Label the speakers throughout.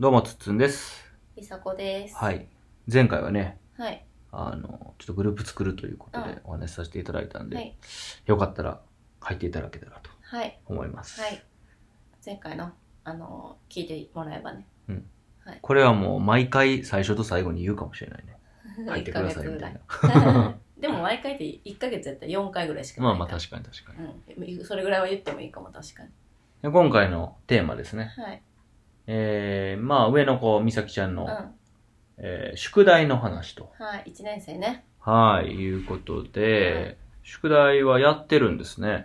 Speaker 1: どうも、つっつんです。
Speaker 2: いさこです。。
Speaker 1: はいい。前回はね、
Speaker 2: はい。
Speaker 1: あの、ちょっとグループ作るということ
Speaker 2: う
Speaker 1: で
Speaker 2: ん
Speaker 1: お話しさせていただいたんで、
Speaker 2: はい。
Speaker 1: よかったら入っていただけたらと
Speaker 2: はい。
Speaker 1: 思います。
Speaker 2: はい前回の、あのー聞いてもらえばね。
Speaker 1: これはもう毎回最初と最後に言うかもしれないね。入っ
Speaker 2: 1
Speaker 1: て
Speaker 2: ヶ
Speaker 1: くださ
Speaker 2: 月
Speaker 1: い
Speaker 2: ぐ
Speaker 1: みた
Speaker 2: ら
Speaker 1: い
Speaker 2: い
Speaker 1: な。。
Speaker 2: でも毎回って1ヶ月やったら4回ぐらいしか
Speaker 1: ま
Speaker 2: な
Speaker 1: あ
Speaker 2: い
Speaker 1: まあ
Speaker 2: から。
Speaker 1: 確かに確かに。
Speaker 2: うん。それぐらいは言ってもいいかも、確かに。
Speaker 1: で今回のテーマですね。
Speaker 2: はい。
Speaker 1: えー、まあ上の子、美咲ちゃん
Speaker 2: う
Speaker 1: の、
Speaker 2: ん。
Speaker 1: えー宿題の話と。
Speaker 2: はい。1年生ね。
Speaker 1: はい、いうこと
Speaker 2: は
Speaker 1: で、宿題はやってるんですね。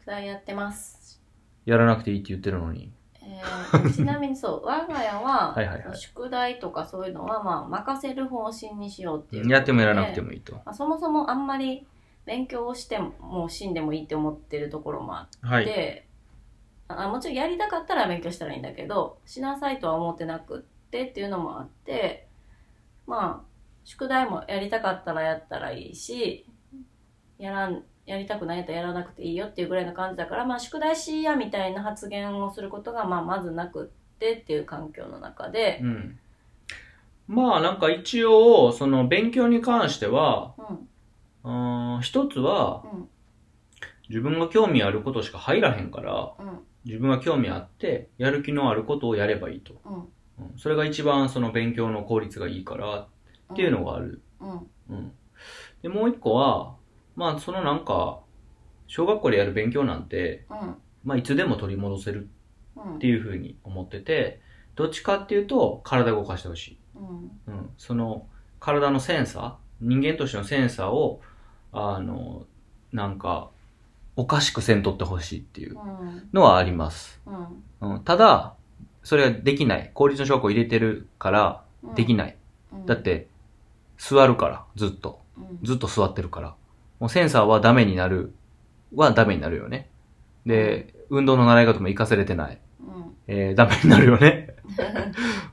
Speaker 2: 宿題やってます。
Speaker 1: やらなくていいって言ってるのに。
Speaker 2: え ーちなみにそう、我が家は、
Speaker 1: はいはいはい
Speaker 2: 宿題とかそういうのは、まあ、任せる方針にしようっていうことで。
Speaker 1: やってもやらなくてもいいと。
Speaker 2: まあ、そもそもあんまり勉強をしてももう死んでもいいって思ってるところもあって
Speaker 1: は。
Speaker 2: であもちろんやりたかったら勉強したらいいんだけどしなさいとは思ってなくってっていうのもあってまあ宿題もやりたかったらやったらいいしやらんやりたくないやったらやらなくていいよっていうぐらいの感じだからまあ宿題しいやみたいな発言をすることが、まあ、まずなくってっていう環境の中で、
Speaker 1: うん。まあなんか一応、その勉強に関しては、
Speaker 2: うん
Speaker 1: うーん一つは
Speaker 2: うん
Speaker 1: 自分が興味あることしか入らへんから、
Speaker 2: うん
Speaker 1: 自分が興味あって、やる気のあることをやればいいと。
Speaker 2: うん、
Speaker 1: うんそれが一番その勉強の効率がいいからっていうのがある。
Speaker 2: うん
Speaker 1: うん。で、もう一個は、まあそのなんか、小学校でやる勉強なんて、
Speaker 2: うん
Speaker 1: まあいつでも取り戻せる
Speaker 2: うん
Speaker 1: っていうふうに思ってて、どっちかっていうと体動かしてほしい。
Speaker 2: うん
Speaker 1: うん、その体のセンサー人間としてのセンサーをあのなんかおかしくせんとってほしいっていう
Speaker 2: うん
Speaker 1: のはあります、
Speaker 2: うん
Speaker 1: うん、ただそれができない公立の小学校入れてるから
Speaker 2: うん
Speaker 1: できない、
Speaker 2: うん
Speaker 1: だっ、て座るからずっと
Speaker 2: うん
Speaker 1: ずっと座ってるからもうセンサーはダメになるはダメになるよねで運動の習い方も活かせれてない、
Speaker 2: うん
Speaker 1: えー、ダメになるよね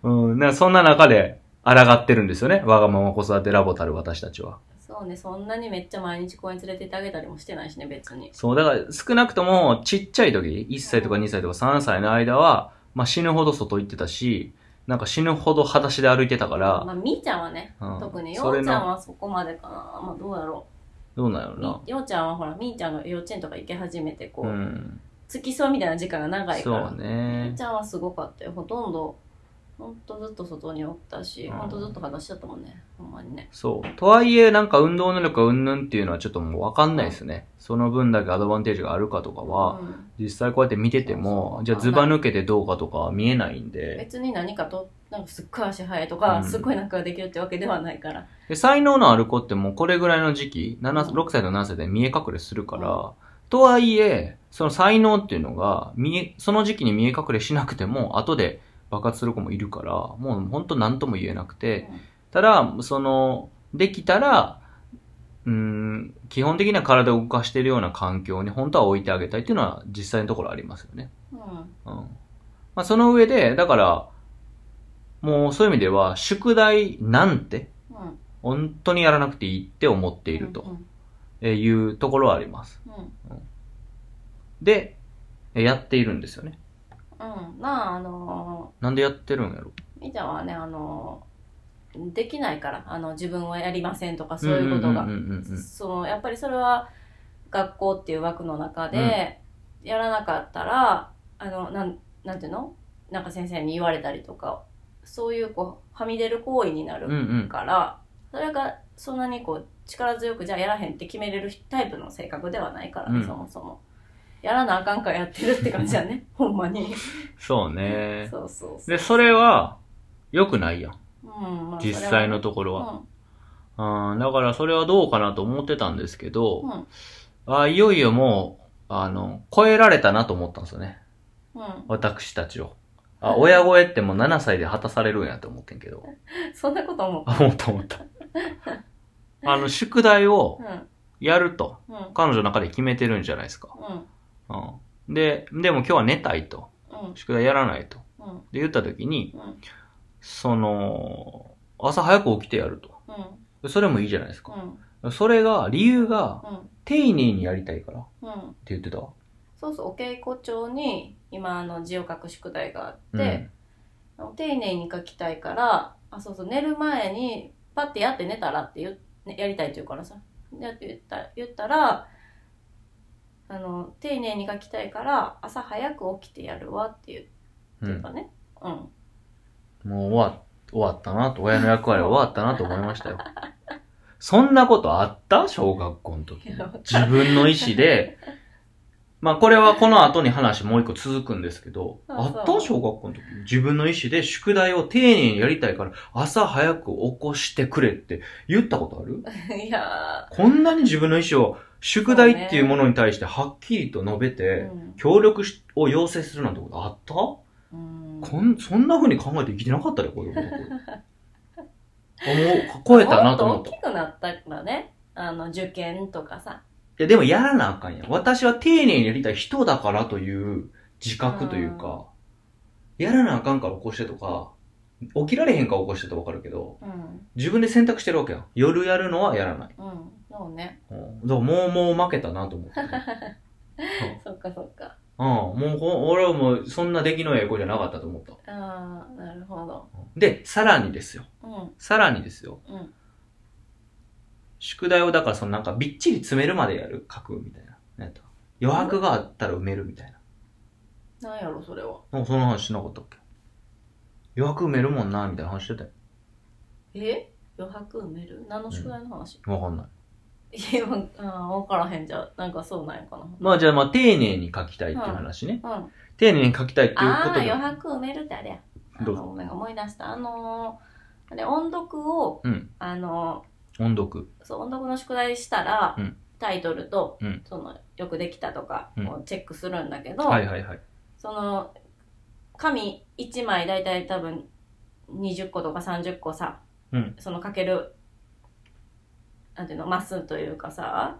Speaker 1: うん、なんかそんな中で、抗ってるんですよね。わがまま子育てラボたる私たちは。
Speaker 2: そうね、そんなにめっちゃ毎日公園連れてってあげたりもしてないしね、別に。
Speaker 1: そう、だから少なくともちっちゃい時、1歳とか2歳とか3歳の間は、まあ死ぬほど外行ってたし、なんか死ぬほど裸足で歩いてたか
Speaker 2: ま
Speaker 1: ら、
Speaker 2: あ、みーちゃんはね、
Speaker 1: うん
Speaker 2: 特に、よ
Speaker 1: それ
Speaker 2: うちゃん
Speaker 1: の、
Speaker 2: はそこまでかな。まあ、どうやろ
Speaker 1: どうなんやろ
Speaker 2: う。
Speaker 1: うな
Speaker 2: み。ようちゃんはほら、みーちゃんが幼稚園とか行き始めて、こう、
Speaker 1: うん。
Speaker 2: 付き添いみたいな時間が長いか
Speaker 1: そ
Speaker 2: ら。
Speaker 1: う
Speaker 2: みー
Speaker 1: ね
Speaker 2: ち。ゃんはすごかったよ。ほとんど、ほんとずっと外におったし、
Speaker 1: うん
Speaker 2: ほんとずっと裸足だったもんね。ほんまにね。
Speaker 1: そう。とはいえ、なんか運動能力がうんぬんっていうのはちょっともうわかんないですね。その分だけアドバンテージがあるかとかは、
Speaker 2: うん
Speaker 1: 実際こうやって見てても、
Speaker 2: そう
Speaker 1: じゃあずば抜けてどうかとかは見えないんで。
Speaker 2: 別に何かと、なんかすっごい足早いとか、
Speaker 1: うん
Speaker 2: すっごいなんかできるってわけではないから。
Speaker 1: で才能のある子ってもうこれぐらいの時期、7
Speaker 2: うん
Speaker 1: 6歳と7歳で見え隠れするから、とはいえ、その才能っていうのが、見え、その時期に見え隠れしなくても、後で爆発する子もいるから、もう本当何とも言えなくて、ただ、その、できたら、うーん、基本的な体を動かしてるような環境に本当は置いてあげたいっていうのは実際のところありますよね。
Speaker 2: うん。うん。
Speaker 1: うん。まあその上で、だから、もうそういう意味では、宿題なんて、
Speaker 2: うん。
Speaker 1: 本当にやらなくていいって思っている
Speaker 2: う
Speaker 1: と
Speaker 2: ん。
Speaker 1: えーいうところはあります。
Speaker 2: うん。
Speaker 1: で、えーやっているんですよね。
Speaker 2: うん、まああの
Speaker 1: なんでやってるんやろ
Speaker 2: みーちゃんはねあのできないからあの自分はやりませんとかそういうことが、
Speaker 1: んんうんうん
Speaker 2: そのやっぱりそれは学校っていう枠の中で、やらなかったらあのなんなんていうのなんか先生に言われたりとかそういうこうはみ出る行為にな
Speaker 1: うんう
Speaker 2: る
Speaker 1: ん。
Speaker 2: から、それがそんなにこう力強くじゃあやらへんって決めれるタイプの性格ではないからね、
Speaker 1: うん
Speaker 2: そもそも。やらなあかんからやってるって感じ だねほんまに。
Speaker 1: そうね。
Speaker 2: そうそうそう
Speaker 1: で、それは、良くないやん。
Speaker 2: うんまあ
Speaker 1: 実際のところ
Speaker 2: それ
Speaker 1: は。
Speaker 2: はね
Speaker 1: うん、だからそれはどうかなと思ってたんですけ
Speaker 2: う
Speaker 1: ど、
Speaker 2: ん
Speaker 1: あいよいよもう、あの、超えられたなと思ったんですよね。
Speaker 2: うん、う
Speaker 1: 私たちを。あ、
Speaker 2: はい
Speaker 1: 親声ってもう7歳で果たされるんやと思ってんけ ど。
Speaker 2: ん、そんなこと思
Speaker 1: あ、思った思った。あの、宿題を
Speaker 2: う、うん
Speaker 1: やると。
Speaker 2: うん
Speaker 1: 彼女の中で決めてるんじゃないですか。
Speaker 2: うん
Speaker 1: うん。で、でも今日は寝たいと。
Speaker 2: うん
Speaker 1: 宿題やらないと。
Speaker 2: うん
Speaker 1: で、言った時に、
Speaker 2: うん
Speaker 1: その、朝早く起きてやると。
Speaker 2: うん
Speaker 1: でそれもいいじゃないですか。
Speaker 2: うん
Speaker 1: それが、理由が、
Speaker 2: うん
Speaker 1: 丁寧にやりたいからって
Speaker 2: うん
Speaker 1: 言ってた。
Speaker 2: そうそうお稽古帳に今あの字を書く宿題があって、
Speaker 1: うん
Speaker 2: あの丁寧に書きたいから、あ、そうそう、寝る前に、パッてやって寝たらって言う、ねやりたいって言うからさ、やって言った、言ったら、あの、丁寧に書きたいから、朝早く起きてやるわって言
Speaker 1: う
Speaker 2: って
Speaker 1: ん
Speaker 2: た。ね。うん。
Speaker 1: もう終わ終わったなと、親の役割は終わったなと思いましたよ。そんなことあった小学校の時。自分の意思で、まあこれはこの後に話もう一個続くんですけど、
Speaker 2: あ
Speaker 1: あっ
Speaker 2: そ
Speaker 1: た
Speaker 2: う
Speaker 1: 小学校の時。自分の意思で宿題を丁寧にやりたいから、朝早く起こしてくれって言ったことある
Speaker 2: いや
Speaker 1: こんなに自分の意思を宿題っていうものに対してはっきりと述べて、
Speaker 2: ー、うん
Speaker 1: 協力しを要請するなんてことあった、
Speaker 2: うん。
Speaker 1: こんそんな風に考えて生きてなかったで、これ。これ あもう、超えたなと思った。
Speaker 2: も
Speaker 1: い
Speaker 2: っと大きくなったからね。あの、受験とかさ。
Speaker 1: や、でもやらなあかんやん。私は丁寧にやりたい人だからという自覚というか、やらなあかんから起こしてとか、起きられへんから起こしてとわかるけど、
Speaker 2: うん。
Speaker 1: 自分で選択してるわけやん。夜やるのはやらない。
Speaker 2: うん。そうね。
Speaker 1: うん、だからもう、もう負けたなと思って。
Speaker 2: そっかそっか。
Speaker 1: うん、もうほ、俺はもう、そんな出来のええ子じゃなかったと思った。
Speaker 2: ああ、なるほど。
Speaker 1: で、さらにですよ。
Speaker 2: うん。
Speaker 1: さらにですよ。
Speaker 2: うん
Speaker 1: 宿題をだからそのなんかびっちり詰めるまでやる、書くみたいな。なんやった余白があったら埋めるみたいな。
Speaker 2: なんやろ、それは。
Speaker 1: なんかその話しなかったっけ余白埋めるもんな、みたいな話してたよ。
Speaker 2: え余白埋める何の宿題の話、
Speaker 1: わかんない。
Speaker 2: いや、わあーわからへんじゃん。なんかそうなんやかな。
Speaker 1: まあじゃあまあ丁寧に書きたいっていう話ね。
Speaker 2: うん。あ
Speaker 1: 丁寧に書きたいっていうこ
Speaker 2: あー、
Speaker 1: と
Speaker 2: 余
Speaker 1: で。
Speaker 2: 白埋めるってあれや。あ
Speaker 1: どうぞ
Speaker 2: の、ごめん、思い出した。あのー、あれ、音読を、
Speaker 1: うん。
Speaker 2: あの
Speaker 1: 音読。
Speaker 2: ー、そう、音読の宿題したら、
Speaker 1: うん
Speaker 2: タイトルと、
Speaker 1: うん
Speaker 2: その、よくできたとか、
Speaker 1: うん
Speaker 2: こうチェックするんだけど、
Speaker 1: はいはいはい。
Speaker 2: その、紙1枚だいたい多分20個とか30個さ、
Speaker 1: うん
Speaker 2: そのかける、なんていうの、マスというかさ、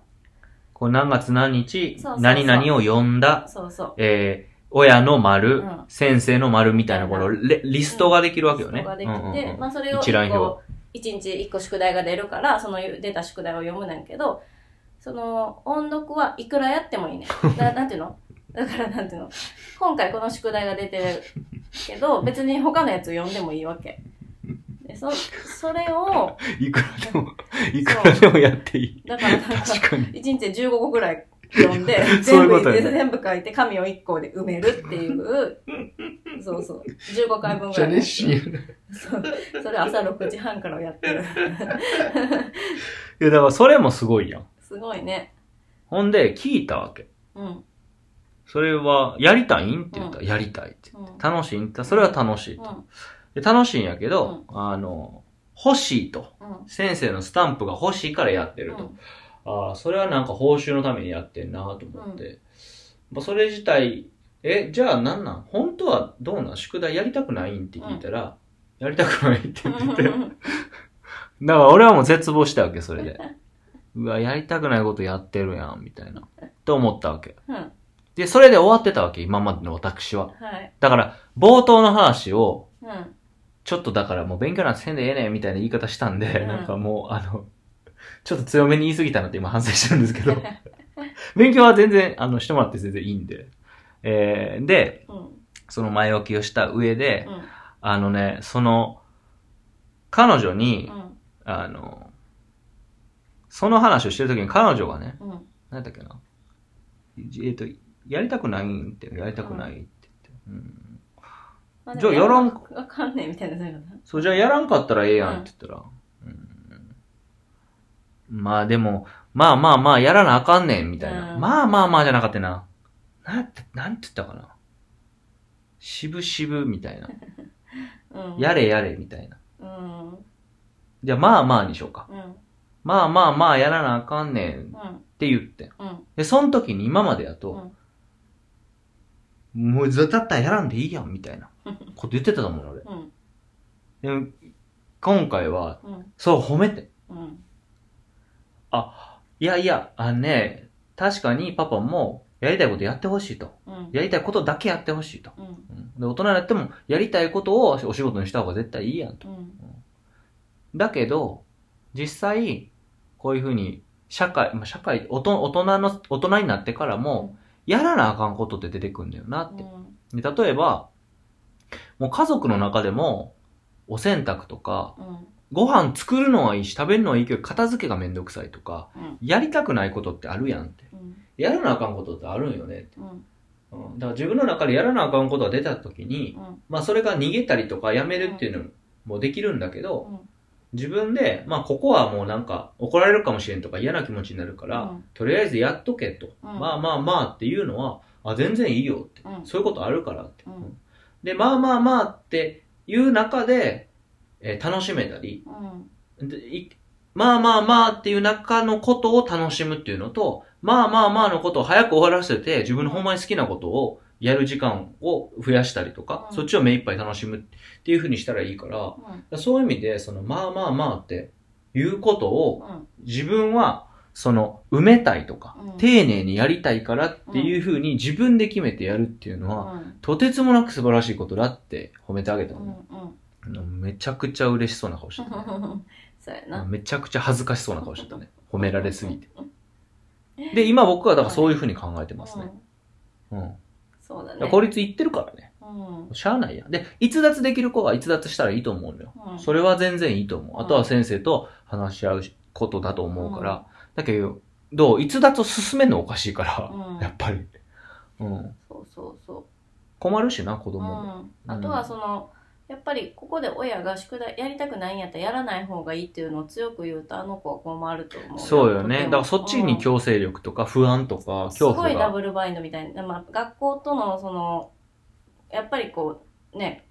Speaker 1: こう何月何日
Speaker 2: そうそうそ、う
Speaker 1: 何々を読んだ、
Speaker 2: そうそう。
Speaker 1: えー、親の丸、
Speaker 2: うん
Speaker 1: 先生の丸みたいなこのレリストができるわけよね。
Speaker 2: そこがで
Speaker 1: うんうん
Speaker 2: きて、
Speaker 1: うん
Speaker 2: まあそれを
Speaker 1: 一覧表
Speaker 2: こう一日1個宿題が出るから、その出た宿題を読むねんけど、その音読はいくらやってもいいね ん。ななんていうのだからなんていうの今回この宿題が出てるけど、別に他のやつ読んでもいいわけ。でそそれを、
Speaker 1: いくらでも、いくらでもやっていい。
Speaker 2: だからなんか、
Speaker 1: 確かに。
Speaker 2: 1日で15個ぐらい読ん で、
Speaker 1: そうい
Speaker 2: 全
Speaker 1: う
Speaker 2: 部
Speaker 1: ことやね
Speaker 2: 全部書いて、紙を1個で埋めるっ ていう、そうそう、15回分ぐ
Speaker 1: じゃ
Speaker 2: らい。
Speaker 1: 熱心やな。い
Speaker 2: そうそれ朝6時半からやってる。
Speaker 1: や、だからそれもすごいやん。
Speaker 2: すごいね。
Speaker 1: ほんで、聞いたわけ。
Speaker 2: うん。
Speaker 1: それは、やりたいんって言ったら、やりたいって。
Speaker 2: うん。
Speaker 1: 楽しいんって言ったらそれは楽しい
Speaker 2: うん
Speaker 1: と。。で楽しいんやけど、あの、欲しいと。
Speaker 2: うん。
Speaker 1: 先生のスタンプが欲しいからやって
Speaker 2: う
Speaker 1: ると。
Speaker 2: ん。
Speaker 1: ああ、それはなんか報酬のためにやってんなと思って。まあそれ自体、え、じゃあなんなん本当はどうなん宿題やりたくないんって聞いたら、やりたくないって言 ってて。だから俺はもう絶望したわけ、それで。うわ、やりたくないことやってるやん、みたいな。と思ったわけ。
Speaker 2: うん。
Speaker 1: で、それで終わってたわけ、今までの私は。
Speaker 2: はい。
Speaker 1: だから、冒頭の話を、
Speaker 2: うん。
Speaker 1: ちょっとだからもう勉強なんてせんでええねん、みたいな言い方したんで、
Speaker 2: うん
Speaker 1: なんかもう、あの、ちょっと強めに言い過ぎたなって今反省してるんです けど、 勉強は全然、あの、してもらって全然いいんで。えー、で、
Speaker 2: うん。
Speaker 1: その前置きをした上で、
Speaker 2: うん。
Speaker 1: あのね、その、彼女に、
Speaker 2: うん。
Speaker 1: あの、その話をしてるときに彼女がね、
Speaker 2: うん。
Speaker 1: 何だっけな、えっと、やりたくないんって、やりたくないって言って、うん、
Speaker 2: まあ
Speaker 1: じゃあやらん
Speaker 2: でもわかんねえみたいな、そういうのな
Speaker 1: そうじゃあやらんかったらええやんって言ったら、うんまあでも、まあまあまあやらなあかんねんみたいな、
Speaker 2: うん
Speaker 1: まあまあまあじゃなかったな。なんて、なんて言ったかな。しぶしぶみたいな。
Speaker 2: うん。
Speaker 1: やれやれみたいな。
Speaker 2: うん。うん。
Speaker 1: じゃあまあまあにしようか。
Speaker 2: うん。
Speaker 1: まあまあまあやらなあかんねんっ
Speaker 2: うん。
Speaker 1: て言って。
Speaker 2: うん。
Speaker 1: で、その時に今までやと、もうずっとだったらやらんでいいやん、みたいなこと言ってたと思うの、俺。
Speaker 2: う
Speaker 1: で
Speaker 2: ん。
Speaker 1: も、今回は、
Speaker 2: うん。
Speaker 1: そう、褒めて。
Speaker 2: うん。
Speaker 1: いやいや、あのね、確かにパパも、やりたいことやってほしいと。
Speaker 2: うん。
Speaker 1: やりたいことだけやってほしいと。
Speaker 2: うん。
Speaker 1: うんで、大人になっても、やりたいことをお仕事にした方が絶対いいやんと。
Speaker 2: うん。
Speaker 1: だけど、実際、こういうふうに、社会、まあ、社会、おと大人の、大人になってからも、やらなあかんことって出てくんだよなって。
Speaker 2: うん。
Speaker 1: で例えば、もう家族の中でも、お洗濯とか、
Speaker 2: うん
Speaker 1: ご飯作るのはいいし、食べるのはいいけど、片付けがめんどくさいとか、
Speaker 2: うん
Speaker 1: やりたくないことってあるやんって。
Speaker 2: うん
Speaker 1: やらなあかんことってあるんよね。
Speaker 2: うん
Speaker 1: うん、だから自分の中でやらなあかんことが出た時に、
Speaker 2: うん
Speaker 1: まあそれが逃げたりとかやめるっていうのもできるんだけど、
Speaker 2: うん
Speaker 1: 自分で、まあここはもうなんか怒られるかもしれんとか嫌な気持ちになるから、
Speaker 2: うん
Speaker 1: とりあえずやっとけと、
Speaker 2: うん
Speaker 1: まあまあまあっていうのは、あ、全然いいよって、
Speaker 2: うん
Speaker 1: そういうことあるからって、
Speaker 2: うん
Speaker 1: うんで、まあまあまあっていう中で、えー楽しめたり、
Speaker 2: うん
Speaker 1: でいまあまあまあっていう中のことを楽しむっていうのと、まあまあまあのことを早く終わらせて、自分のほんまに好きなことをやる時間を増やしたりとか、
Speaker 2: うん
Speaker 1: そっちを目いっぱい楽しむっていうふうにしたらいいから、そういう意味で、その、まあまあまあっていうことを、
Speaker 2: うん
Speaker 1: 自分は、その、埋めたいとか、
Speaker 2: うん
Speaker 1: 丁寧にやりたいからっていうふうに自分で決めてやるっていうのは、とてつもなく素晴らしいことだって褒めてあげた
Speaker 2: うん
Speaker 1: の、
Speaker 2: うん
Speaker 1: めちゃくちゃ嬉しそうな顔してた、
Speaker 2: そうやな
Speaker 1: めちゃくちゃ恥ずかしそうな顔してたね。褒められすぎて。で、今僕はだからそういうふうに考えてます
Speaker 2: う
Speaker 1: ね。
Speaker 2: ん
Speaker 1: うん。
Speaker 2: そう
Speaker 1: だ
Speaker 2: だ
Speaker 1: から
Speaker 2: ね
Speaker 1: 効率いってるからね。
Speaker 2: うん
Speaker 1: しゃあないや。で、逸脱できる子は逸脱したらいいと思うのよ。
Speaker 2: うん
Speaker 1: それは全然いいと思う。あとは先生と話し合うことだと思うから。
Speaker 2: うん
Speaker 1: だけど、どう逸脱を進めるのおかしいから、
Speaker 2: うん
Speaker 1: やっぱり。うん。
Speaker 2: そうそうそう
Speaker 1: 困るしな、子
Speaker 2: う
Speaker 1: 供も。
Speaker 2: ん、あとはそのやっぱりここで親が宿題やりたくないんやったらやらない方がいいっていうのを強く言うとあの子は困ると思う
Speaker 1: そうよね。だ
Speaker 2: とても
Speaker 1: からそっちに強制力とか不安とか恐怖
Speaker 2: すごいダ
Speaker 1: が。
Speaker 2: ブルバインドみたいな、まあ、学校とのそのやっぱりこうね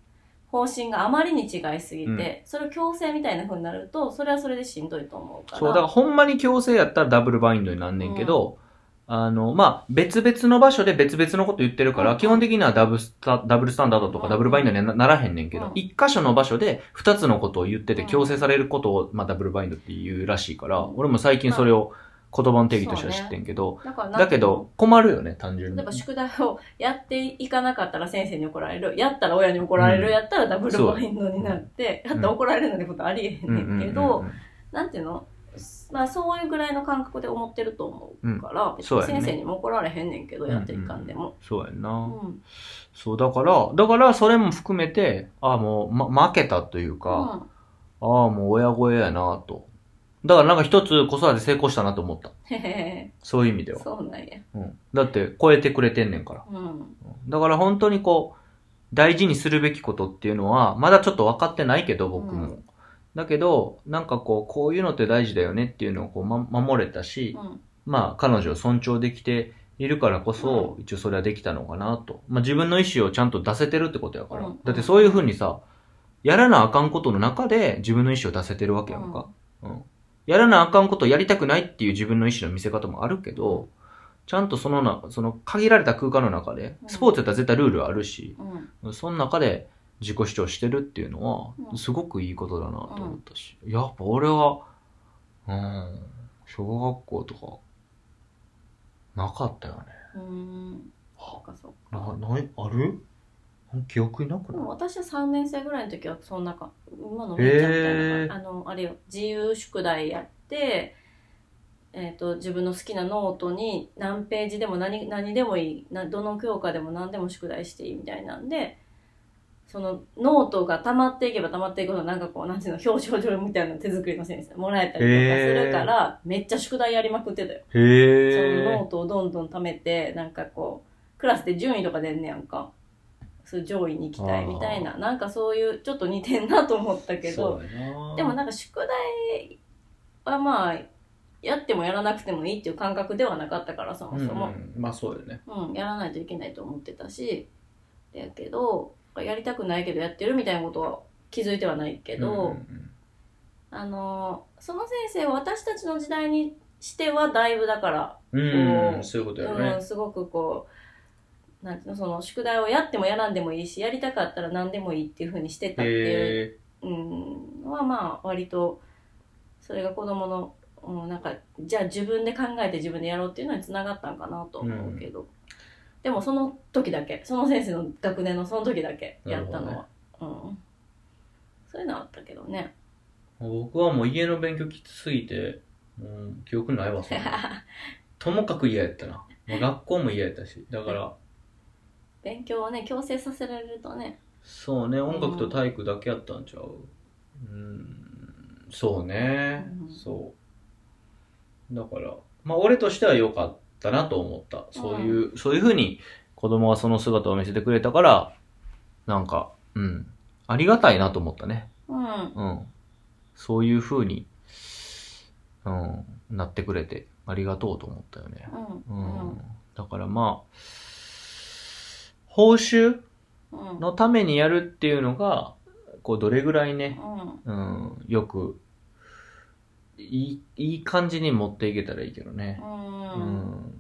Speaker 2: 方針があまりに違いすぎて、
Speaker 1: うん
Speaker 2: それを強制みたいな風になるとそれはそれでしんどいと思うから
Speaker 1: そう、だからほんまに強制やったらダブルバインドになんねんけど、あの、まあ、別々の場所で別々のこと言ってるから、
Speaker 2: うん
Speaker 1: 基本的にはダブルスタ、ダブルスタンダードとか
Speaker 2: うん
Speaker 1: ダブルバインドにはならへんねんけ
Speaker 2: う
Speaker 1: ど
Speaker 2: ん、
Speaker 1: 一、箇所の場所で二つのことを言ってて
Speaker 2: うん
Speaker 1: 強制されることを、まあ、ダブルバインドって言うらしいから、
Speaker 2: うん
Speaker 1: 俺も最近それを言葉の定義としては知ってんけど、
Speaker 2: だからなんか
Speaker 1: だけど困るよね、単純に
Speaker 2: 例え。ば宿題をやっていかなかったら先生に怒られるやったら親に怒られる、
Speaker 1: うん
Speaker 2: やったらダブルバインドになって、やったら怒られるなんてことありえへんねんけ
Speaker 1: うん
Speaker 2: ど、
Speaker 1: うんうん
Speaker 2: なんていうのまあそういうぐらいの感覚で思ってると思うから、別
Speaker 1: そう
Speaker 2: に
Speaker 1: やね
Speaker 2: 先生にも怒られへんねんけど、やっていかんでも。
Speaker 1: そうやんな。
Speaker 2: うん
Speaker 1: そう、だから、だからそれも含めて、ああ、もう、ま、負けたというか、ああ、もう親声やなと。だからなんか一つ子育て成功したなと思った。
Speaker 2: へへ
Speaker 1: そういう意味で
Speaker 2: へ
Speaker 1: は。
Speaker 2: そうなんや。
Speaker 1: うん、だって超えてくれてんねんから。
Speaker 2: うん。
Speaker 1: だから本当にこう、大事にするべきことっていうのは、まだちょっと分かってないけど、僕も。
Speaker 2: う
Speaker 1: だけど、なんかこう、こういうのって大事だよねっていうのをこう、ま、守れたし、
Speaker 2: うん
Speaker 1: まあ、彼女を尊重できているからこそ、一応それはできたのかなと。まあ、自分の意思をちゃんと出せてるってことやから。
Speaker 2: うん
Speaker 1: だってそういうふうにさ、やらなあかんことの中で自分の意思を出せてるわけやんか。うん。やらなあかんことをやりたくないっていう自分の意思の見せ方もあるけど、ちゃんとそのな、その限られた空間の中で
Speaker 2: う、ん
Speaker 1: スポーツやったら絶対ルールあるし、
Speaker 2: うん。
Speaker 1: その中で自己主張してるっていうの
Speaker 2: う
Speaker 1: は、
Speaker 2: ん
Speaker 1: すごくいいことだなと思ったし、やっぱ俺は、うん、小学校とか、なかったよね。
Speaker 2: うん。そ
Speaker 1: あ
Speaker 2: っかそっ
Speaker 1: な、
Speaker 2: か。
Speaker 1: ない、ある記憶になく
Speaker 2: で
Speaker 1: な
Speaker 2: も
Speaker 1: い
Speaker 2: 私は3年生ぐらいの時はそんなか今のめっちゃみたいな
Speaker 1: へー
Speaker 2: あのあれよ自由宿題やって、えー、と自分の好きなノートに何ページでも何何でもいいなどの教科でも何でも宿題していいみたいなんでそのノートが溜まっていけば溜まっていくほどなんかこうなんていうの表彰状みたいなの手作りの先生もらえたりとかするから、めっちゃ宿題やりまくってたよ。その
Speaker 1: へ
Speaker 2: ノートをどんどん貯めてなんかこうクラスで順位とか出んねやんかそういう上位に行きたいみたいななんかそういうちょっと似てんなと思ったけどでもなんか宿題はまあやってもやらなくてもいいっていう感覚ではなかったからそもそも、
Speaker 1: まあそうよね。
Speaker 2: うんやらないといけないと思ってたしやけどやりたくないけどやってるみたいなことは気づいてはないけど、あのその先生は私たちの時代にしてはだいぶだから
Speaker 1: うん
Speaker 2: うん
Speaker 1: うん、そういうことや
Speaker 2: う
Speaker 1: ね
Speaker 2: ん、。すごくこうなんていうのその宿題をやってもやらんでもいいしやりたかったら何でもいいっていうふうにしてたっていう、
Speaker 1: へ
Speaker 2: うん、のはまあ割とそれが子供の、うん、なんかじゃあ自分で考えて自分でやろうっていうのにつながったんかなと思うけど、でもその時だけその先生の学年のその時だけやったのは、うん、そういうのはあったけどね
Speaker 1: ー僕はもう家の勉強きつすぎて、うん、記憶ないわ、そん なともかく嫌やったな。まあ学校も嫌やったし。だから、
Speaker 2: 勉強をね強制させられるとね
Speaker 1: そうね音楽と体育だけやったんちゃううんそうね、
Speaker 2: うん
Speaker 1: そうだからまあ俺としては良かったなと思ったそういう、そういうふうに子供がその姿を見せてくれたからなんかうんありがたいなと思ったね
Speaker 2: うん
Speaker 1: うんそういうふうに、うん、なってくれてありがとうと思ったよね、
Speaker 2: う
Speaker 1: うんんだからまあ、報酬
Speaker 2: うんうん
Speaker 1: のためにやるっていうのが、こう、どれぐらいね、うん、よく、いい、いい感じに持っていけたらいいけどね。う
Speaker 2: うん
Speaker 1: ん。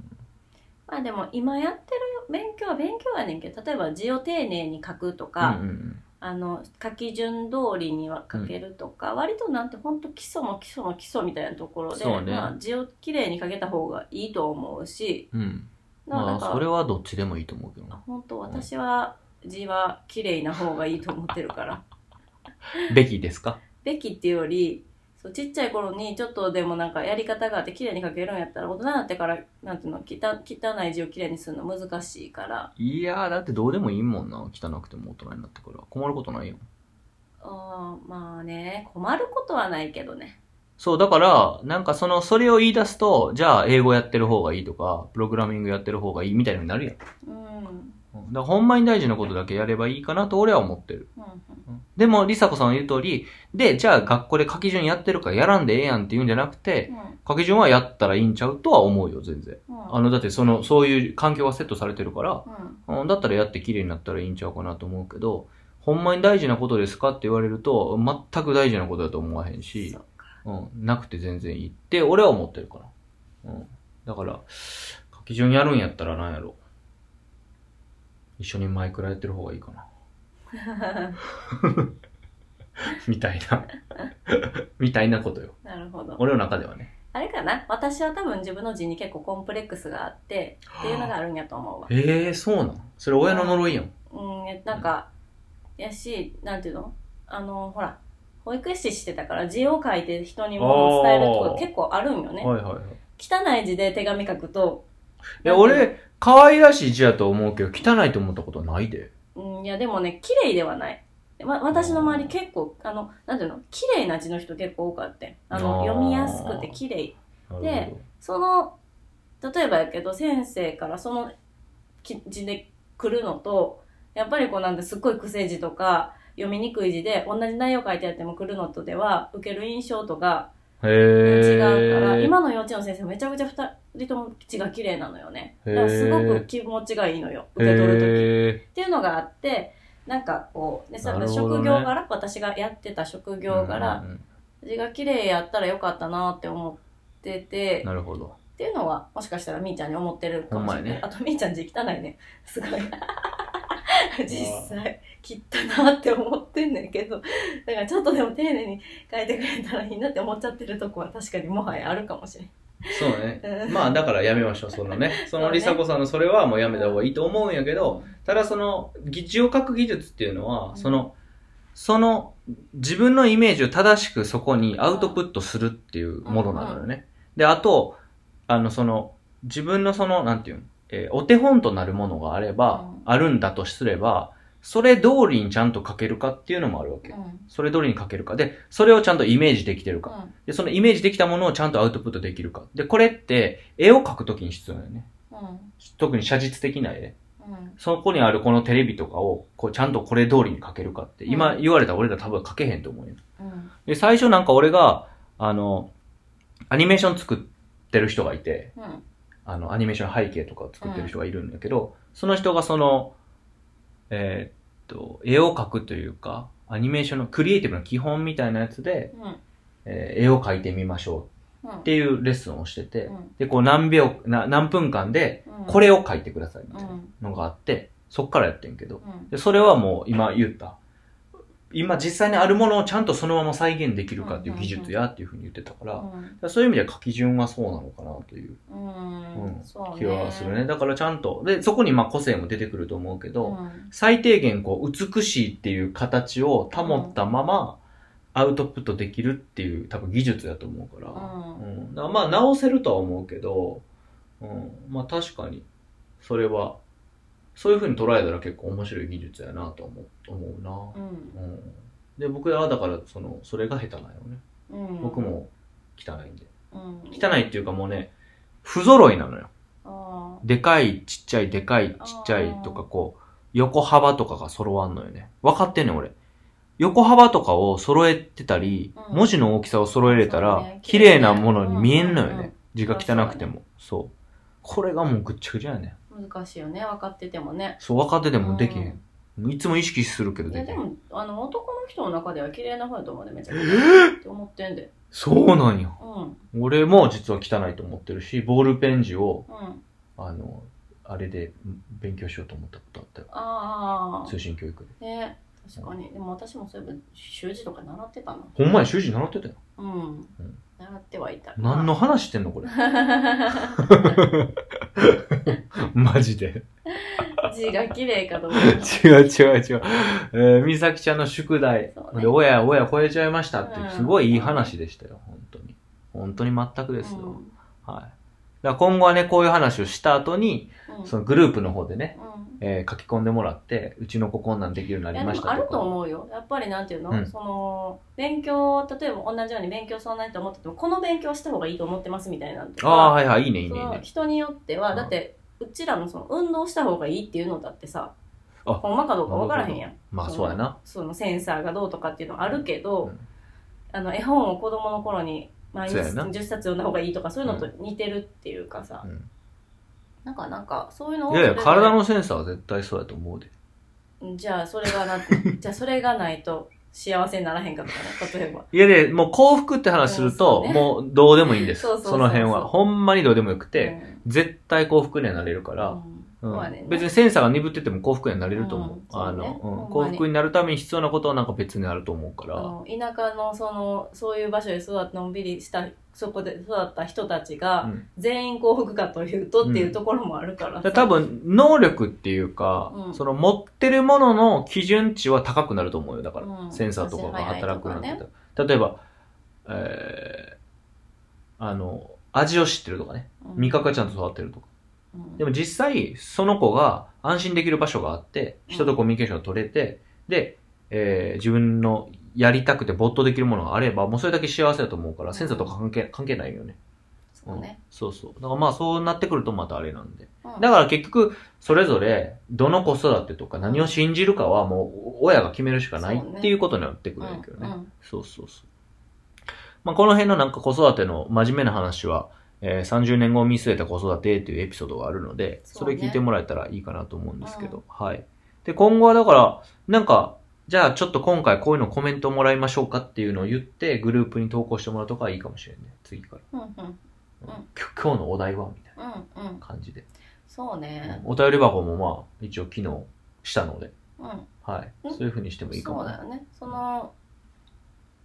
Speaker 2: まあでも今やってるよ勉強は勉強やねんけど例えば字を丁寧に書くと
Speaker 1: う
Speaker 2: か、
Speaker 1: ん。
Speaker 2: あの書き順通りには書けるとか、割となんてほんと基礎の基礎の基礎みたいなところで、
Speaker 1: そうね
Speaker 2: まあ、字をきれいに書けた方がいいと思うし
Speaker 1: うん。うん。
Speaker 2: な
Speaker 1: ま
Speaker 2: ん
Speaker 1: あ、それ
Speaker 2: か
Speaker 1: はどっちでもいいと思うけどな。
Speaker 2: 本当私は字はきれいな方がいいと思ってるから。
Speaker 1: べきですか
Speaker 2: べきっていうよりそうちっちゃい頃にちょっとでもなんかやり方があって綺麗に書けるんやったら大人になってからなんていうの汚汚い字を綺麗にするの難しいから
Speaker 1: いやー、だってどうでもいいもんな。汚くても大人になってから。困ることないよ。
Speaker 2: あーまあね困ることはないけどね
Speaker 1: そう、だから、なんかその、それを言い出すと、じゃあ、英語やってる方がいいとか、プログラミングやってる方がいいみたいになるやん。
Speaker 2: うんうん
Speaker 1: うんだからほんまに大事なことだけやればいいかなと俺は思ってる。
Speaker 2: うん
Speaker 1: でも、りさこさんの言う通り、で、じゃあ学校で書き順やってるからやらんでええやんって言うんじゃなくて、書き順はやったらいいんちゃうとは思うよ、全然。
Speaker 2: うん
Speaker 1: あの、だってその、そういう環境がセットされてるから、
Speaker 2: うん
Speaker 1: うん、だったらやって綺麗になったらいいんちゃうかなと思うけど、ほんまに大事なことですかって言われると、全く大事なことだと思わへんし
Speaker 2: そ、うか
Speaker 1: うん、なくて全然いいって、俺は思ってるから。うん。だから、書き順やるんやったらなんやろ。一緒にマイクラやってる方がいい かな。みたいな。 みたいなことよ。
Speaker 2: なるほど
Speaker 1: 俺の中ではね。
Speaker 2: あれかな私は多分自分の字に結構コンプレックスがあってっていうのがあるんやと思うわ
Speaker 1: ええそうなんそれ親の呪いやん。
Speaker 2: うんえなんか、やしなんていうのあのほら保育士してたから字を書いて人にものを伝えるってこと
Speaker 1: あー
Speaker 2: 結構あるんよね
Speaker 1: はいはいはい。
Speaker 2: 汚い字で手紙書くと
Speaker 1: いや、俺、可愛らしい字やと思うけど、汚いと思ったことないで。
Speaker 2: うんいやでもね綺麗ではない、わ私の周り結構あのなんていうの綺麗な字の人結構多かったよあの
Speaker 1: あー
Speaker 2: 読みやすくて綺麗
Speaker 1: な
Speaker 2: るほその例えばやけど先生からそのき字で来るのとやっぱりこうなんですっごい癖字とか読みにくい字で同じ内容書いてあっても来るのとでは受ける印象とか
Speaker 1: へ
Speaker 2: 違う
Speaker 1: え。
Speaker 2: から、今の幼稚園の先生めちゃくちゃ二人とも字が綺麗なのよねだからすごく気持ちがいいのよ受け取るとき
Speaker 1: る
Speaker 2: っていうのがあってなんかこうでそ
Speaker 1: なるほどね
Speaker 2: 職業柄私がやってた職
Speaker 1: と
Speaker 2: 業柄、字が綺麗やったらよかったなって思ってて
Speaker 1: なるほど。
Speaker 2: っていうのはもしかしたらみーちゃんに思ってるかもしれ
Speaker 1: ほん
Speaker 2: な
Speaker 1: ま
Speaker 2: い、
Speaker 1: やね
Speaker 2: あとみーちゃん字汚いね すご い実際切ったなって思ってんねんけどだからちょっとでも丁寧に書いてくれたらいいなって思っちゃってるとこは確かにもはやあるかもしれ
Speaker 1: そうね。
Speaker 2: ない、うん
Speaker 1: まあだからやめましょう、そのね。そ
Speaker 2: そう
Speaker 1: の
Speaker 2: ね
Speaker 1: りさこさんのそれはもうやめた方がいいと思うんやけど、ただその、ぎ字を書く技術っていうのは、
Speaker 2: うん
Speaker 1: その、その、自分のイメージを正しくそこにアウトプットするっていうものなのよね。で、あと、あの、その、自分のその、なんていうの、えーお手本となるものがあれば、
Speaker 2: うん
Speaker 1: あるんだとすれば、それ通りにちゃんと書けるかっていうのもあるわけ。
Speaker 2: うん
Speaker 1: それ通りに書けるか。で、それをちゃんとイメージできてるか。
Speaker 2: うん
Speaker 1: で、そのイメージできたものをちゃんとアウトプットできるか。で、これって、絵を描くときに必要だよね。
Speaker 2: うん
Speaker 1: 特に写実的な絵。
Speaker 2: うん
Speaker 1: そこにあるこのテレビとかを、こう、ちゃんとこれ通りに描けるかって、今
Speaker 2: うん
Speaker 1: 言われたら俺ら多分描けへんと思うよ。
Speaker 2: うん
Speaker 1: で、最初なんか俺が、あの、アニメーション作ってる人がいて、
Speaker 2: うん
Speaker 1: あの、アニメーション背景とかを作ってる人がいるんだけど、その人がその、えーっと、絵を描くというか、アニメーションのクリエイティブの基本みたいなやつで、
Speaker 2: うん
Speaker 1: えー絵を描いてみましょ
Speaker 2: うん
Speaker 1: うっていうレッスンをしてて、
Speaker 2: うん
Speaker 1: で、こう何秒、な何分間で、
Speaker 2: うん
Speaker 1: これを書いてくださいみ
Speaker 2: う
Speaker 1: たいなんのがあって、そっからやってんけど、
Speaker 2: うん
Speaker 1: でそれはもう今言った。今実際にあるものをちゃんとそのまま再現できるかっていう技術やっていうふうに言ってたから、だからそういう意味では書き順はそうなのかなという
Speaker 2: うんうんそうね
Speaker 1: 気はするね。だからちゃんと、で、そこにまあ個性も出てくると思うけ
Speaker 2: う
Speaker 1: ど、
Speaker 2: ん
Speaker 1: 最低限こう美しいっていう形を保ったままアウトプットできるっていう多分技術だと思うから、
Speaker 2: うん
Speaker 1: うんだからまあ直せるとは思うけど、うん、まあ確かにそれはそういうふうに捉えたら結構面白い技術やなと思う思
Speaker 2: う
Speaker 1: うんな、うん、で僕はだからそのそれが下手なよね
Speaker 2: うん
Speaker 1: 僕、も汚いんで
Speaker 2: うん、
Speaker 1: 汚いっていうかもうね不揃いなのよ
Speaker 2: あ
Speaker 1: でかいちっちゃいでかいちっちゃいとかこう横幅とかが揃わんのよね分かってんねん俺横幅とかを揃えてたり、
Speaker 2: うん
Speaker 1: 文字の大きさを揃えれた
Speaker 2: そう
Speaker 1: ら、
Speaker 2: ね
Speaker 1: 綺麗なものに見えんのよね、
Speaker 2: うんうんうん
Speaker 1: 字が汚くてもそう,、これがもうぐっちゃぐちゃやね
Speaker 2: ー難しいよね分かっててもね
Speaker 1: そう分かってて
Speaker 2: で
Speaker 1: もできへん、いつも意識するけど
Speaker 2: い
Speaker 1: で
Speaker 2: や
Speaker 1: き
Speaker 2: で
Speaker 1: へん
Speaker 2: もあの男の人の中では綺麗な方やと思うでめちゃくちゃって思ってんで
Speaker 1: そうなんや
Speaker 2: うんうん
Speaker 1: 俺も実は汚いと思ってるしボールペン字をあのあれで勉強しようと思ったことあったよ
Speaker 2: ああ
Speaker 1: 通信教育で
Speaker 2: ね確かにでも私もそういえば習字とか習ってたな
Speaker 1: ほんまや習字習ってたよ
Speaker 2: うん
Speaker 1: うん
Speaker 2: 習ってはいた
Speaker 1: 何の話してんのこれ マジで
Speaker 2: 字が綺麗かと思う
Speaker 1: 違う違う違う、えー、美咲ちゃんの宿題
Speaker 2: そう ね
Speaker 1: で親親超えちゃいましたって
Speaker 2: うん
Speaker 1: すごいいい話でしたよ本当に本当に全くですよ、
Speaker 2: うん
Speaker 1: はいだから今後はねこういう話をした後に
Speaker 2: うん
Speaker 1: そのグループの方でね、
Speaker 2: うん
Speaker 1: えー書き込んでもらってうちの子こんなんできるようにないり
Speaker 2: やで
Speaker 1: まし
Speaker 2: も
Speaker 1: た
Speaker 2: ある
Speaker 1: と
Speaker 2: と
Speaker 1: か
Speaker 2: 思うよやっぱりなんていうの、
Speaker 1: うん
Speaker 2: その勉強例えば同じように勉強そんなにと思っててもこの勉強した方がいいと思ってますみたいなのと
Speaker 1: あ
Speaker 2: か
Speaker 1: あはいはいいいねいい
Speaker 2: そ
Speaker 1: ねいい
Speaker 2: の
Speaker 1: ね
Speaker 2: 人によっては、
Speaker 1: うん
Speaker 2: だってうちらのその運動した方がいいっていうのだってさ
Speaker 1: あ
Speaker 2: ほんまかどうか分からへんやん
Speaker 1: まあそうやな
Speaker 2: そのセンサーがどうとかっていうのあるけど、
Speaker 1: うん
Speaker 2: あの絵本を子供の頃に毎日
Speaker 1: そうやな
Speaker 2: 10冊読んだ方がいいとかそういうのと似てるっていうかさ、
Speaker 1: うん
Speaker 2: なんかなんかそういうの
Speaker 1: いやいや
Speaker 2: それぞれ
Speaker 1: 体のセンサーは絶対そうやと思うで
Speaker 2: じゃあそれが なじゃあそれがないと幸せにならへんかとかね例えば
Speaker 1: いやで、もう幸福って話すると、
Speaker 2: うんそうね
Speaker 1: もうどうでもいいんです。
Speaker 2: そうそうそうそう
Speaker 1: の辺は。ほんまにどうでもよくて、
Speaker 2: うん
Speaker 1: 絶対幸福にはなれるから、
Speaker 2: う
Speaker 1: う
Speaker 2: ん
Speaker 1: ん
Speaker 2: まあね
Speaker 1: 別にセンサーが鈍ってても幸福にはなれると思う。
Speaker 2: うんそうね
Speaker 1: あの、うん
Speaker 2: ほんまに
Speaker 1: 幸福になるために必要なことはなんか別にあると思うか
Speaker 2: あ
Speaker 1: ら。
Speaker 2: の田舎のそのそういう場所で育ったのんびりしたそこで育った人たちが、
Speaker 1: うん
Speaker 2: 全員幸福かというとっていううんところもあるから,、
Speaker 1: で多分、能力っていうか、
Speaker 2: うん
Speaker 1: その持ってるものの基準値は高くなると思うよ。だから、
Speaker 2: うん
Speaker 1: センサーとかが働くようになって
Speaker 2: 足
Speaker 1: たら例えば、えー、あの、味を知ってるとかね。
Speaker 2: うん
Speaker 1: 味覚がちゃんと育ってるとか。
Speaker 2: うん
Speaker 1: でも実際、その子が安心できる場所があって、人とコミュニケーションを取れて、で、えー自分のやりたくて没頭できるものがあれば、もうそれだけ幸せだと思うから、センサーとか関係関係ないよね。
Speaker 2: そうね、
Speaker 1: そうそう。だからまあそうなってくるとまたあれなんで。
Speaker 2: うん
Speaker 1: だから結局、それぞれ、どの子育てとか何を信じるかはもう親が決めるしかない
Speaker 2: そうね
Speaker 1: っていうことになってくるんだけどね。
Speaker 2: うんうん
Speaker 1: そうそうそう。まあ、この辺のなんか子育ての真面目な話は、えー30年後を見据えた子育てっていうエピソードがあるので、
Speaker 2: そ
Speaker 1: そう
Speaker 2: ね
Speaker 1: れ聞いてもらえたらいいかなと思うんですけど、はい。で、今後はだから、なんか、じゃあちょっと今回こういうのコメントもらいましょうかっていうのを言って、グループに投稿してもらうとかはいいかもしれないね。次から。
Speaker 2: うんうんうん
Speaker 1: きょ今日のお題はみたい
Speaker 2: うんうん
Speaker 1: な感じで。
Speaker 2: そうね
Speaker 1: お便り箱もまあ、一応機能したので、
Speaker 2: うん
Speaker 1: はい。
Speaker 2: うん
Speaker 1: そういう風にしてもいいか
Speaker 2: そ
Speaker 1: も
Speaker 2: う
Speaker 1: ね
Speaker 2: だよねその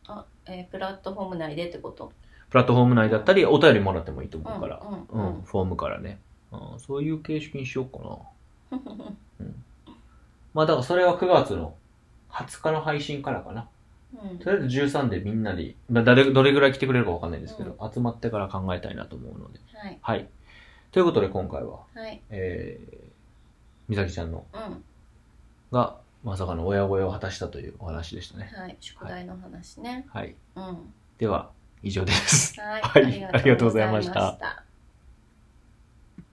Speaker 2: あ、えープラットフォーム内でってこと
Speaker 1: プラットフォーム内だったり、お便りもらってもいいと思うから。
Speaker 2: う
Speaker 1: うん
Speaker 2: うん
Speaker 1: ん、フォームからね、うん。そういう形式にしようかな。
Speaker 2: うん
Speaker 1: まあだからそれは9月の20日の配信からかな。
Speaker 2: うん
Speaker 1: とりあえず13でみんなに、まあ、誰、どれぐらい来てくれるかわかんないですけど、集まってから考えたいなと思うので。
Speaker 2: はい
Speaker 1: はい。ということで今回は、
Speaker 2: はい
Speaker 1: えー、みさきちゃんの、
Speaker 2: うん
Speaker 1: が、まさかの親声を果たしたというお話でしたね。
Speaker 2: はい宿題の話ね
Speaker 1: はい。
Speaker 2: うん
Speaker 1: では、以上です。
Speaker 2: はい、
Speaker 1: はいありがとうございました
Speaker 2: ありがとうございました